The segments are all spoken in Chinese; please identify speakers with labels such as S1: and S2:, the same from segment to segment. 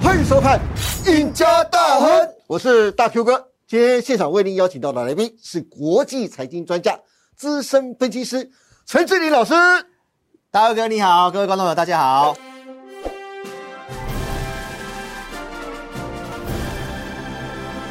S1: 欢迎收看《赢家大亨》，我是大 Q 哥。今天现场为您邀请到的来宾是国际财经专家、资深分析师陈志林老师。
S2: 大佑哥你好，各位观众朋友大家好。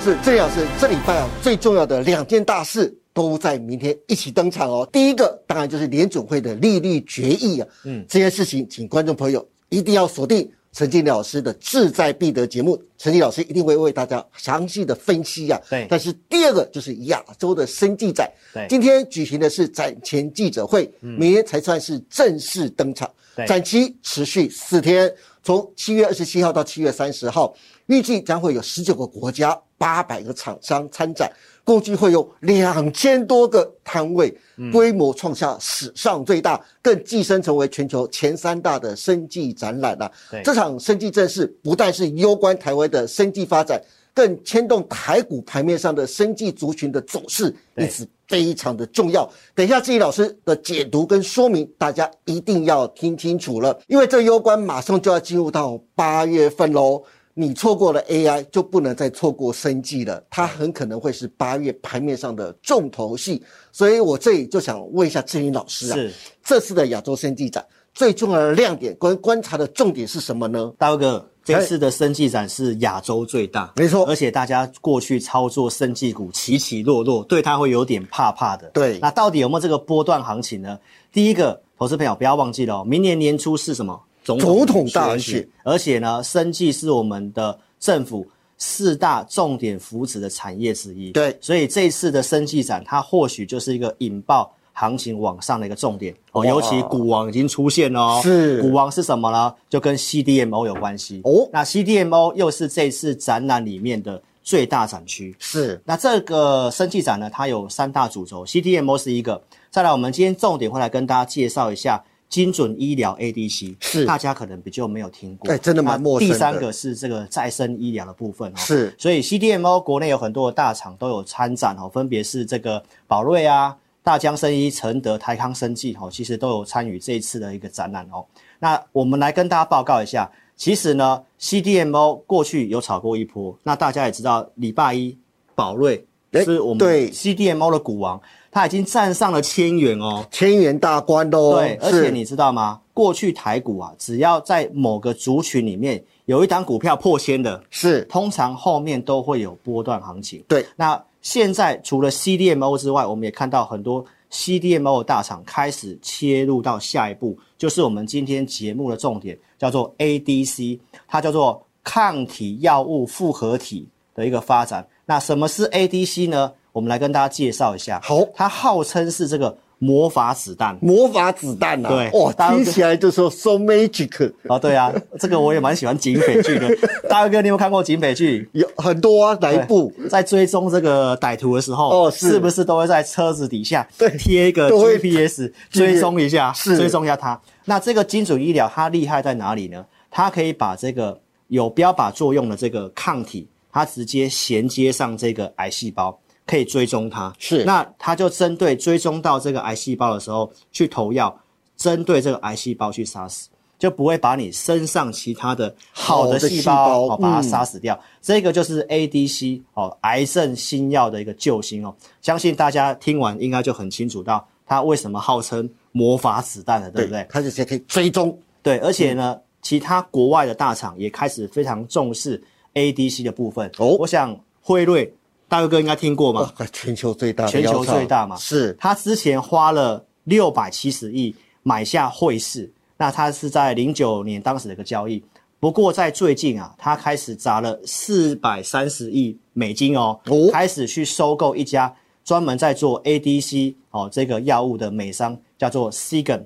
S1: 是志林老师，这礼拜啊最重要的两件大事都在明天一起登场哦。第一个当然就是联准会的利率决议啊，嗯，这件事情请观众朋友一定要锁定陈经理老师的志在必得节目，陈经理老师一定会为大家详细的分析啊。
S2: 对
S1: 但是第二个就是亚洲的生技展，
S2: 对嗯
S1: 今天举行的是展前记者会，明天才算是正式登场。
S2: 对
S1: 展期持续四天，从七月二十七号到七月三十号，预计将会有十九个国家、八百个厂商参展，共计会有两千多个摊位，规模创下史上最大，更跻身成为全球前三大的生技展览啊
S2: 对！
S1: 这场生技正式不但是攸关台湾的生技发展，更牵动台股盘面上的生技族群的走势，
S2: 对
S1: 因此非常的重要。等一下，志毅老师的解读跟说明，大家一定要听清楚了，因为这攸关马上就要进入到八月份喽。你错过了 AI，就不能再错过生计了，它很可能会是八月盘面上的重头戏。所以我这里就想问一下志毅老师啊，
S2: 是
S1: 这次的亚洲生计展最重要的亮点跟观察的重点是什么呢？
S2: 大佑哥，这次的生技展是亚洲最大，
S1: 哎没错
S2: 而且大家过去操作生技股起起落落，对它会有点怕怕的。
S1: 对
S2: 那到底有没有这个波段行情呢？第一个，投资朋友不要忘记了哦，明年年初是什么？总
S1: 总统大选
S2: 选举，而且呢，生技是我们的政府。四大重点扶持的产业之一，
S1: 对
S2: 所以这一次的生技展，它或许就是一个引爆行情往上的一个重点哦，
S1: 哇
S2: 尤其股王已经出现了哦，
S1: 是
S2: 股王是什么呢？就跟 CDMO 有关系
S1: 哦
S2: 那 CDMO 又是这次展览里面的最大展区。
S1: 是
S2: 那这个生技展呢，它有三大主轴，CDMO 是一个。再来，我们今天重点会来跟大家介绍一下精准医疗 ADC，
S1: 是
S2: 大家可能比较没有听过，
S1: 哎真的蛮陌生的
S2: 那第三个是这个再生医疗的部分哦，
S1: 是
S2: 所以 CDMO 国内有很多的大厂都有参展哦，分别是这个宝瑞啊、大疆生医、承德、台康生技哦，其实都有参与这一次的一个展览哦。那我们来跟大家报告一下，其实呢，CDMO 过去有炒过一波，那大家也知道，礼拜一宝瑞
S1: 哎
S2: 是我们
S1: 对
S2: CDMO 的股王，它已经站上了千元哦。
S1: 千元大关喽。
S2: 对，而
S1: 哦是
S2: 且你知道吗？过去台股啊，只要在某个族群里面有一档股票破千的，
S1: 是
S2: 通常后面都会有波段行情。
S1: 对，
S2: 那现在除了 CDMO 之外，我们也看到很多 CDMO 的大厂开始切入到下一步，就是我们今天节目的重点，叫做 ADC，它叫做抗体药物复合体的一个发展。那什么是 ADC 呢？我们来跟大家介绍一下。
S1: 好
S2: 它号称是这个魔法子弹。
S1: 魔法子弹呐、
S2: 对
S1: 哇，
S2: 大家
S1: 听起来就说 so magic，
S2: 哦，对啊，这个我也蛮喜欢警匪剧的。大哥，你有没有看过警匪剧？
S1: 有很多啊，哪一部？
S2: 在追踪这个歹徒的时候，
S1: 哦是
S2: 不是都会在车子底下
S1: 对
S2: 贴一个
S1: 都会
S2: GPS 追踪一下，
S1: 是
S2: 追踪一下它？那这个精准医疗它厉害在哪里呢？它可以把这个有标靶作用的这个抗体，它直接衔接上这个癌细胞，可以追踪它。
S1: 是
S2: 那它就针对追踪到这个癌细胞的时候去投药，针对这个癌细胞去杀死。就不会把你身上其他的好
S1: 好
S2: 的
S1: 的
S2: 细
S1: 细
S2: 胞
S1: 胞
S2: 哦把它
S1: 嗯
S2: 杀死掉。这个就是 ADC 哦，癌症新药的一个救星哦。相信大家听完应该就很清楚到它为什么号称魔法子弹了，对不对？
S1: 它就直接可以追踪。
S2: 对，而且呢，其他国外的大厂也开始非常重视 ADC 的部分。
S1: 哦
S2: 我想辉瑞大佑哥应该听过嘛，
S1: 哇，啊全球最大的
S2: 全球
S1: 药厂
S2: 最大嘛
S1: 是
S2: 他之前花了六百七十亿买下惠氏，那他是在零九年当时的一个交易。不过在最近啊，他开始砸了四百三十亿美金哦，
S1: 哦
S2: 开始去收购一家专门在做 ADC 哦这个药物的美商，叫做 Sigen。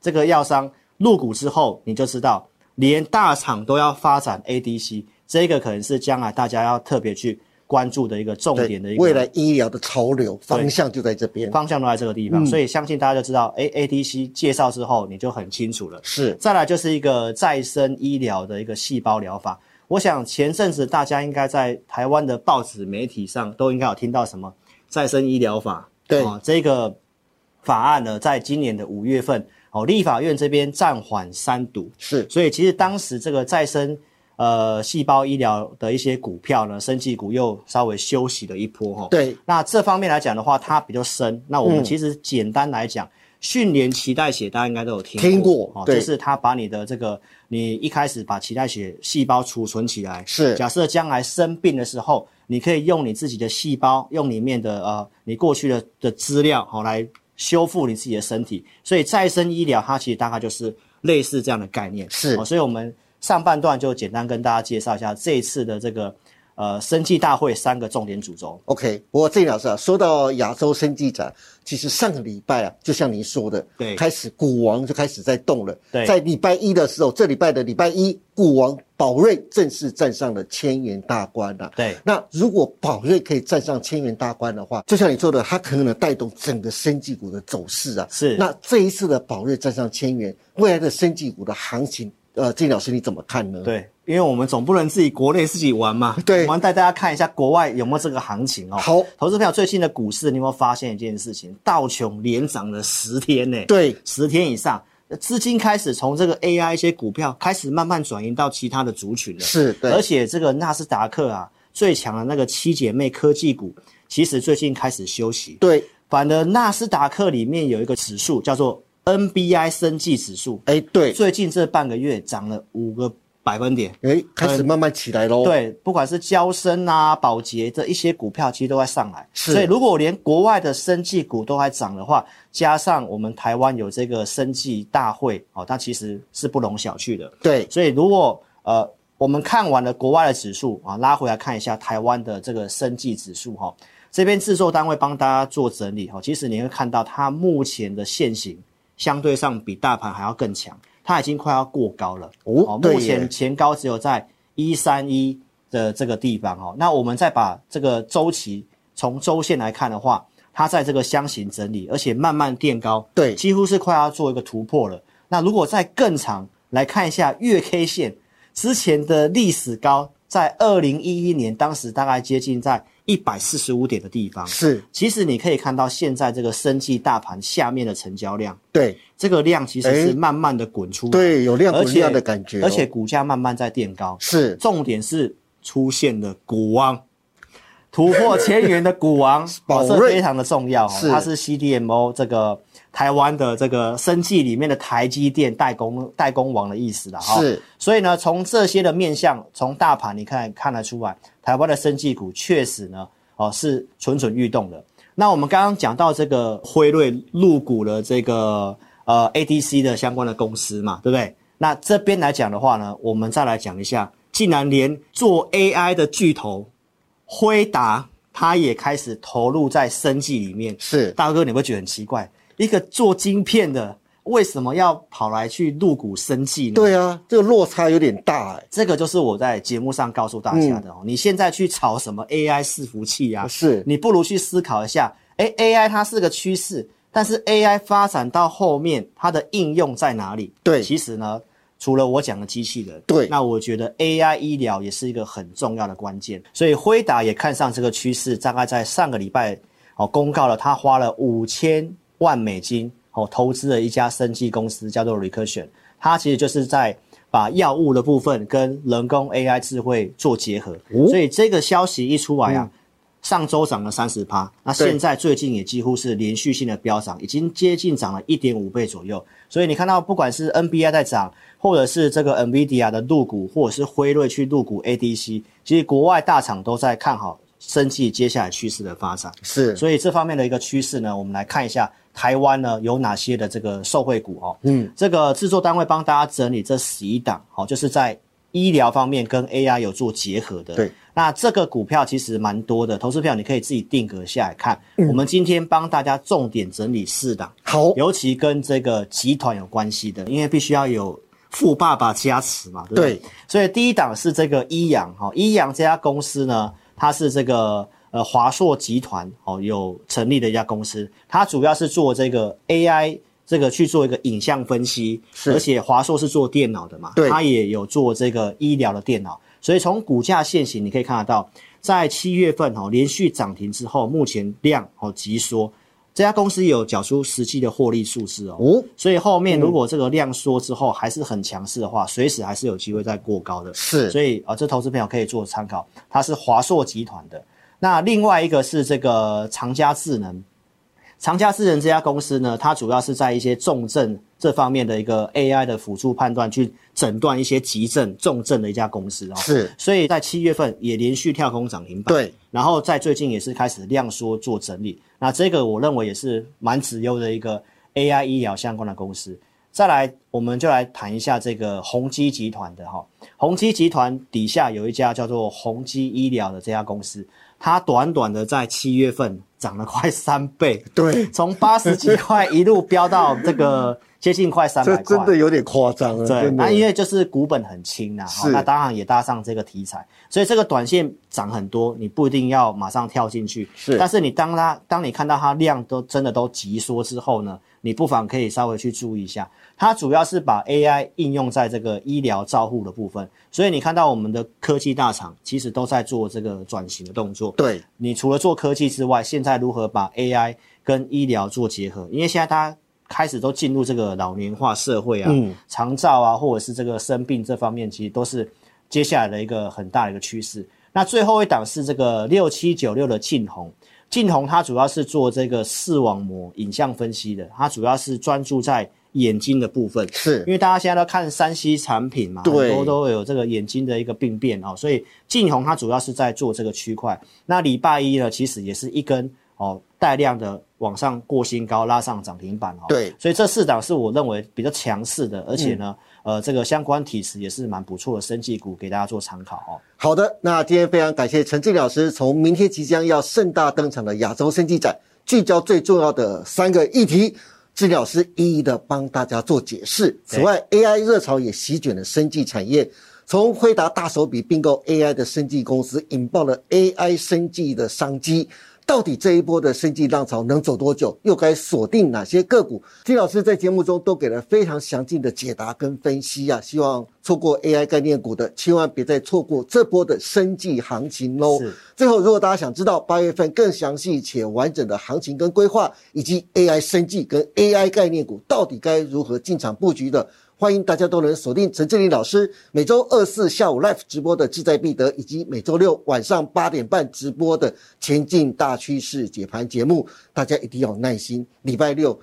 S2: 这个药商入股之后，你就知道，连大厂都要发展 ADC，这个可能是将来大家要特别去关注的一个重点的一个
S1: 未来医疗的潮流方向就在这边。
S2: 方向都在这个地方，所以相信大家就知道，A A D C 介绍之后你就很清楚了。
S1: 是
S2: 再来就是一个再生医疗的一个细胞疗法，我想前阵子大家应该在台湾的报纸媒体上都应该有听到什么再生医疗法，
S1: 对
S2: 哦这个法案呢，在今年的五月份哦，立法院这边暂缓三读，
S1: 是
S2: 所以其实当时这个再生呃细胞医疗的一些股票呢，生技股又稍微休息了一波哈、哦。
S1: 对，
S2: 那这方面来讲的话，它比较深。那我
S1: 嗯
S2: 们其实简单来讲，训练脐带血大家应该都有听
S1: 听过
S2: 哦，
S1: 对
S2: 就是它把你的这个你一开始把脐带血细胞储存起来，
S1: 是
S2: 假设将来生病的时候，你可以用你自己的细胞，用里面的呃你过去的的资料好、哦、来修复你自己的身体。所以再生医疗它其实大概就是类似这样的概念。
S1: 是
S2: 哦，所以我们上半段就简单跟大家介绍一下这一次的这个呃生技大会三个重点主轴。
S1: OK，不过郑老师啊，说到亚洲生技展，其实上个礼拜啊，就像您说的，
S2: 对
S1: 开始股王就开始在动了。
S2: 对
S1: 在礼拜一的时候，这礼拜的礼拜一，股王宝瑞正式站上了千元大关了、
S2: 对
S1: 那如果宝瑞可以站上千元大关的话，就像你说的，它可能带动整个生技股的走势啊。
S2: 是
S1: 那这一次的宝瑞站上千元，未来的生技股的行情，呃，郑老师你怎么看呢？，
S2: 对，因为我们总不能自己国内自己玩嘛，
S1: 对
S2: 我们带大家看一下国外有没有这个行情哦。
S1: 好
S2: 投资朋友最近的股市，你有没有发现一件事情？道琼连涨了十天呢、
S1: 对
S2: 十天以上，资金开始从这个 AI 一些股票开始慢慢转移到其他的族群了。
S1: 是对
S2: 而且这个纳斯达克啊，最强的那个七姐妹科技股，其实最近开始休息。
S1: 对，
S2: 反而纳斯达克里面有一个指数叫做 NBI 生技指数，
S1: 哎对，
S2: 最近这半个月涨了五个百分点。
S1: 哎开始慢慢起来喽。，
S2: 对，不管是交生啊、宝洁这一些股票，其实都在上来。
S1: 是
S2: 所以如果连国外的生技股都还涨的话，加上我们台湾有这个生技大会哦，它其实是不容小觑的。
S1: 对，
S2: 所以如果呃我们看完了国外的指数啊，拉回来看一下台湾的这个生技指数哈、这边制作单位帮大家做整理哈、其实你会看到它目前的现形相对上比大盘还要更强，它已经快要过高了
S1: 哦对
S2: 目
S1: 耶
S2: 前前高只有在一三一的这个地方哦，那我们再把这个周期从周线来看的话。它在这个箱型整理，而且慢慢垫高，
S1: 对
S2: 几乎是快要做一个突破了。那如果再更长来看一下月 K 线之前的历史高，在二零一一年，当时大概接近在一百四十五点的地方。
S1: 是，
S2: 其实你可以看到，现在这个生技大盘下面的成交量，
S1: 对
S2: 这个量其实
S1: 哎
S2: 是慢慢的滚出来，
S1: 对，有量
S2: 而
S1: 滚
S2: 且
S1: 量的感觉哦、
S2: 而且股价慢慢在垫高。
S1: 是，
S2: 重点是出现了股王，突破千元的股王
S1: 宝
S2: 哦这
S1: 瑞
S2: 非常的重要、哦，
S1: 是
S2: 它是 CDMO 这个台湾的这个生技里面的台积电代工代工王的意思了哦哈、
S1: 是，
S2: 所以呢，从这些的面向，从大盘你看看得出来，台湾的生技股确实呢，哦是蠢蠢欲动的。那我们刚刚讲到这个辉瑞入股了这个呃 ADC 的相关的公司嘛，对不对？那这边来讲的话呢，我们再来讲一下，竟然连做 AI 的巨头辉达，它也开始投入在生技里面。
S1: 是
S2: 大哥，你会觉得很奇怪，一个做晶片的为什么要跑来去入股生技呢？
S1: 对啊，这个落差有点大哎、
S2: 这个就是我在节目上告诉大家的哦。你现在去炒什么 AI 伺服器啊？
S1: 是
S2: 你不如去思考一下，哎，AI 它是个趋势，但是 AI 发展到后面它的应用在哪里？
S1: 对
S2: 其实呢，除了我讲的机器人，
S1: 对
S2: 那我觉得 AI 医疗也是一个很重要的关键。所以辉达也看上这个趋势，大概在上个礼拜哦公告了，他花了五千万美金哦投资了一家生技公司，叫做 Recursion，它其实就是在。把药物的部分跟人工 AI 智慧做结合，
S1: 哦
S2: 所以这个消息一出来啊，上周涨了三十趴，那
S1: 对
S2: 现在最近也几乎是连续性的飙涨，已经接近涨了一点五倍左右。所以你看到，不管是 NBI 在涨，或者是这个 NVIDIA 的入股，或者是辉瑞去入股 ADC，其实国外大厂都在看好生技接下来趋势的发展。
S1: 是
S2: 所以这方面的一个趋势呢，我们来看一下台湾呢有哪些的这个受惠股哦。嗯，这个制作单位帮大家整理这十一档，好、就是在医疗方面跟 AI 有做结合的。
S1: 对，
S2: 那这个股票其实蛮多的，投资票你可以自己定格下来看。
S1: 嗯
S2: 我们今天帮大家重点整理四档，
S1: 好，
S2: 尤其跟这个集团有关系的，因为必须要有富爸爸加持嘛，对不对？
S1: 对
S2: 所以第一档是这个一阳哈，一阳这家公司呢，它是这个呃华硕集团哦有成立的一家公司，它主要是做这个 AI 这个去做一个影像分析，
S1: 是
S2: 而且华硕是做电脑的嘛，
S1: 对
S2: 它也有做这个医疗的电脑，所以从股价现行你可以看得到，在七月份哦连续涨停之后，目前量哦急缩。这家公司也有缴出实际的获利数字哦。
S1: 哦，
S2: 所以后面如果这个量缩之后还是很强势的话，随时还是有机会再过高的。
S1: 是
S2: 所以啊、呃这投资朋友可以做参考，它是华硕集团的。那另外一个是这个长嘉智能，长嘉智能这家公司呢，它主要是在一些重症这方面的一个 AI 的辅助判断去诊断一些急症、重症的一家公司哦。
S1: 是，
S2: 所以在七月份也连续跳空涨停板，
S1: 对，
S2: 然后在最近也是开始量缩做整理。那这个我认为也是蛮值优的一个 AI 医疗相关的公司。再来，我们就来谈一下这个宏基集团的哈，宏基集团底下有一家叫做宏基医疗的这家公司，它短短的在七月份涨了快三倍，
S1: 对，
S2: 从八十几块一路飙到这个接近快三
S1: 这
S2: 百块，
S1: 真的有点夸张了，
S2: 对，
S1: 真
S2: 那
S1: 的
S2: 因为就是股本很轻呐、
S1: 是
S2: 哈，那当然也搭上这个题材，所以这个短线涨很多，你不一定要马上跳进去。
S1: 是
S2: 但是你当它当你看到它量都真的都急缩之后呢，你不妨可以稍微去注意一下。它主要是把 AI 应用在这个医疗照护的部分，所以你看到我们的科技大厂其实都在做这个转型的动作。
S1: 对，
S2: 你除了做科技之外，现在如何把 AI 跟医疗做结合？因为现在大家开始都进入这个老年化社会啊，
S1: 嗯
S2: 长照啊，或者是这个生病这方面，其实都是接下来的一个很大的一个趋势。那最后一档是这个六七九六的晋宏，晋宏它主要是做这个视网膜影像分析的，它主要是专注在眼睛的部分。
S1: 是
S2: 因为大家现在都看山西产品嘛，很
S1: 对
S2: 多都有这个眼睛的一个病变哦，所以晋宏它主要是在做这个区块。那礼拜一呢，其实也是一根哦带量的往上过新高，拉上涨停板哦。
S1: 对，
S2: 所以这四档是我认为比较强势的，而且呢，呃，这个相关体质也是蛮不错的生技股，给大家做参考哦。
S1: 好的，那今天非常感谢陈志老师，从明天即将要盛大登场的亚洲生技展，聚焦最重要的三个议题，志老师一一的帮大家做解释。此外，AI 热潮也席卷了生技产业，从辉达大手笔并购 AI 的生技公司，引爆了 AI 生技的商机。到底这一波的生技浪潮能走多久？又该锁定哪些个股？金老师在节目中都给了非常详尽的解答跟分析啊！希望错过 AI 概念股的，千万别再错过这波的生技行情喽
S2: 是。
S1: 最后，如果大家想知道八月份更详细且完整的行情跟规划，以及 AI 生技跟 AI 概念股到底该如何进场布局的，欢迎大家都能锁定陈志林老师每周二四下午 live 直播的志在必得，以及每周六晚上八点半直播的前进大趋势解盘节目。大家一定要有耐心，礼拜六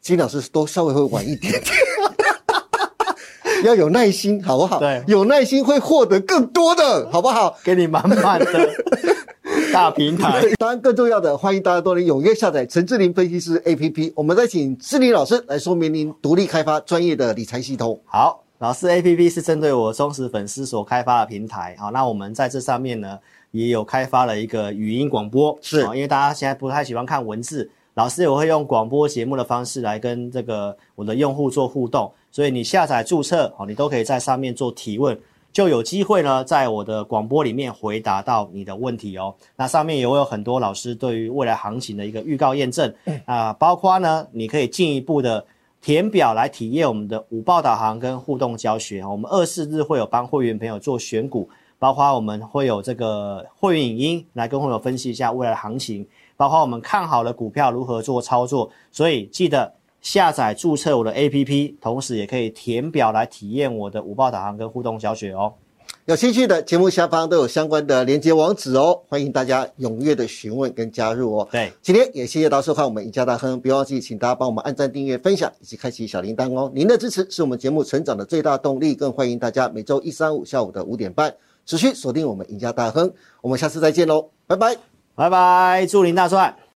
S1: 金老师都稍微会晚一点。 要有耐心，好不好？
S2: 对
S1: 有耐心会获得更多的，好不好？
S2: 给你满满的 大平台。
S1: 当然，更重要的，欢迎大家都能踊跃下载陈志林分析师 APP。我们再请志林老师来说明您独立开发专业的理财系统。
S2: 好，老师 A P P 是针对我忠实粉丝所开发的平台。好，那我们在这上面呢，也有开发了一个语音广播，
S1: 是
S2: 好因为大家现在不太喜欢看文字，老师也会用广播节目的方式来跟这个我的用户做互动，所以你下载注册，哦好，你都可以在上面做提问。就有机会呢，在我的广播里面回答到你的问题哦。那上面也会有很多老师对于未来行情的一个预告验证啊、包括呢，你可以进一步的填表来体验我们的五报导航跟互动教学哦。我们二四日会有帮会员朋友做选股，包括我们会有这个会员影音来跟会友分析一下未来的行情，包括我们看好的股票如何做操作。所以记得下载注册我的 APP，同时也可以填表来体验我的五报导航跟互动教学哦。
S1: 有兴趣的节目下方都有相关的连接网址哦，欢迎大家踊跃的询问跟加入哦。
S2: 对，
S1: 今天也谢谢大家收看我们赢家大亨，别忘记请大家帮我们按赞、订阅、分享以及开启小铃铛哦。您的支持是我们节目成长的最大动力，更欢迎大家每周一、三、五下午的五点半持续锁定我们赢家大亨。我们下次再见喽，拜拜。
S2: 拜拜，祝您大赚！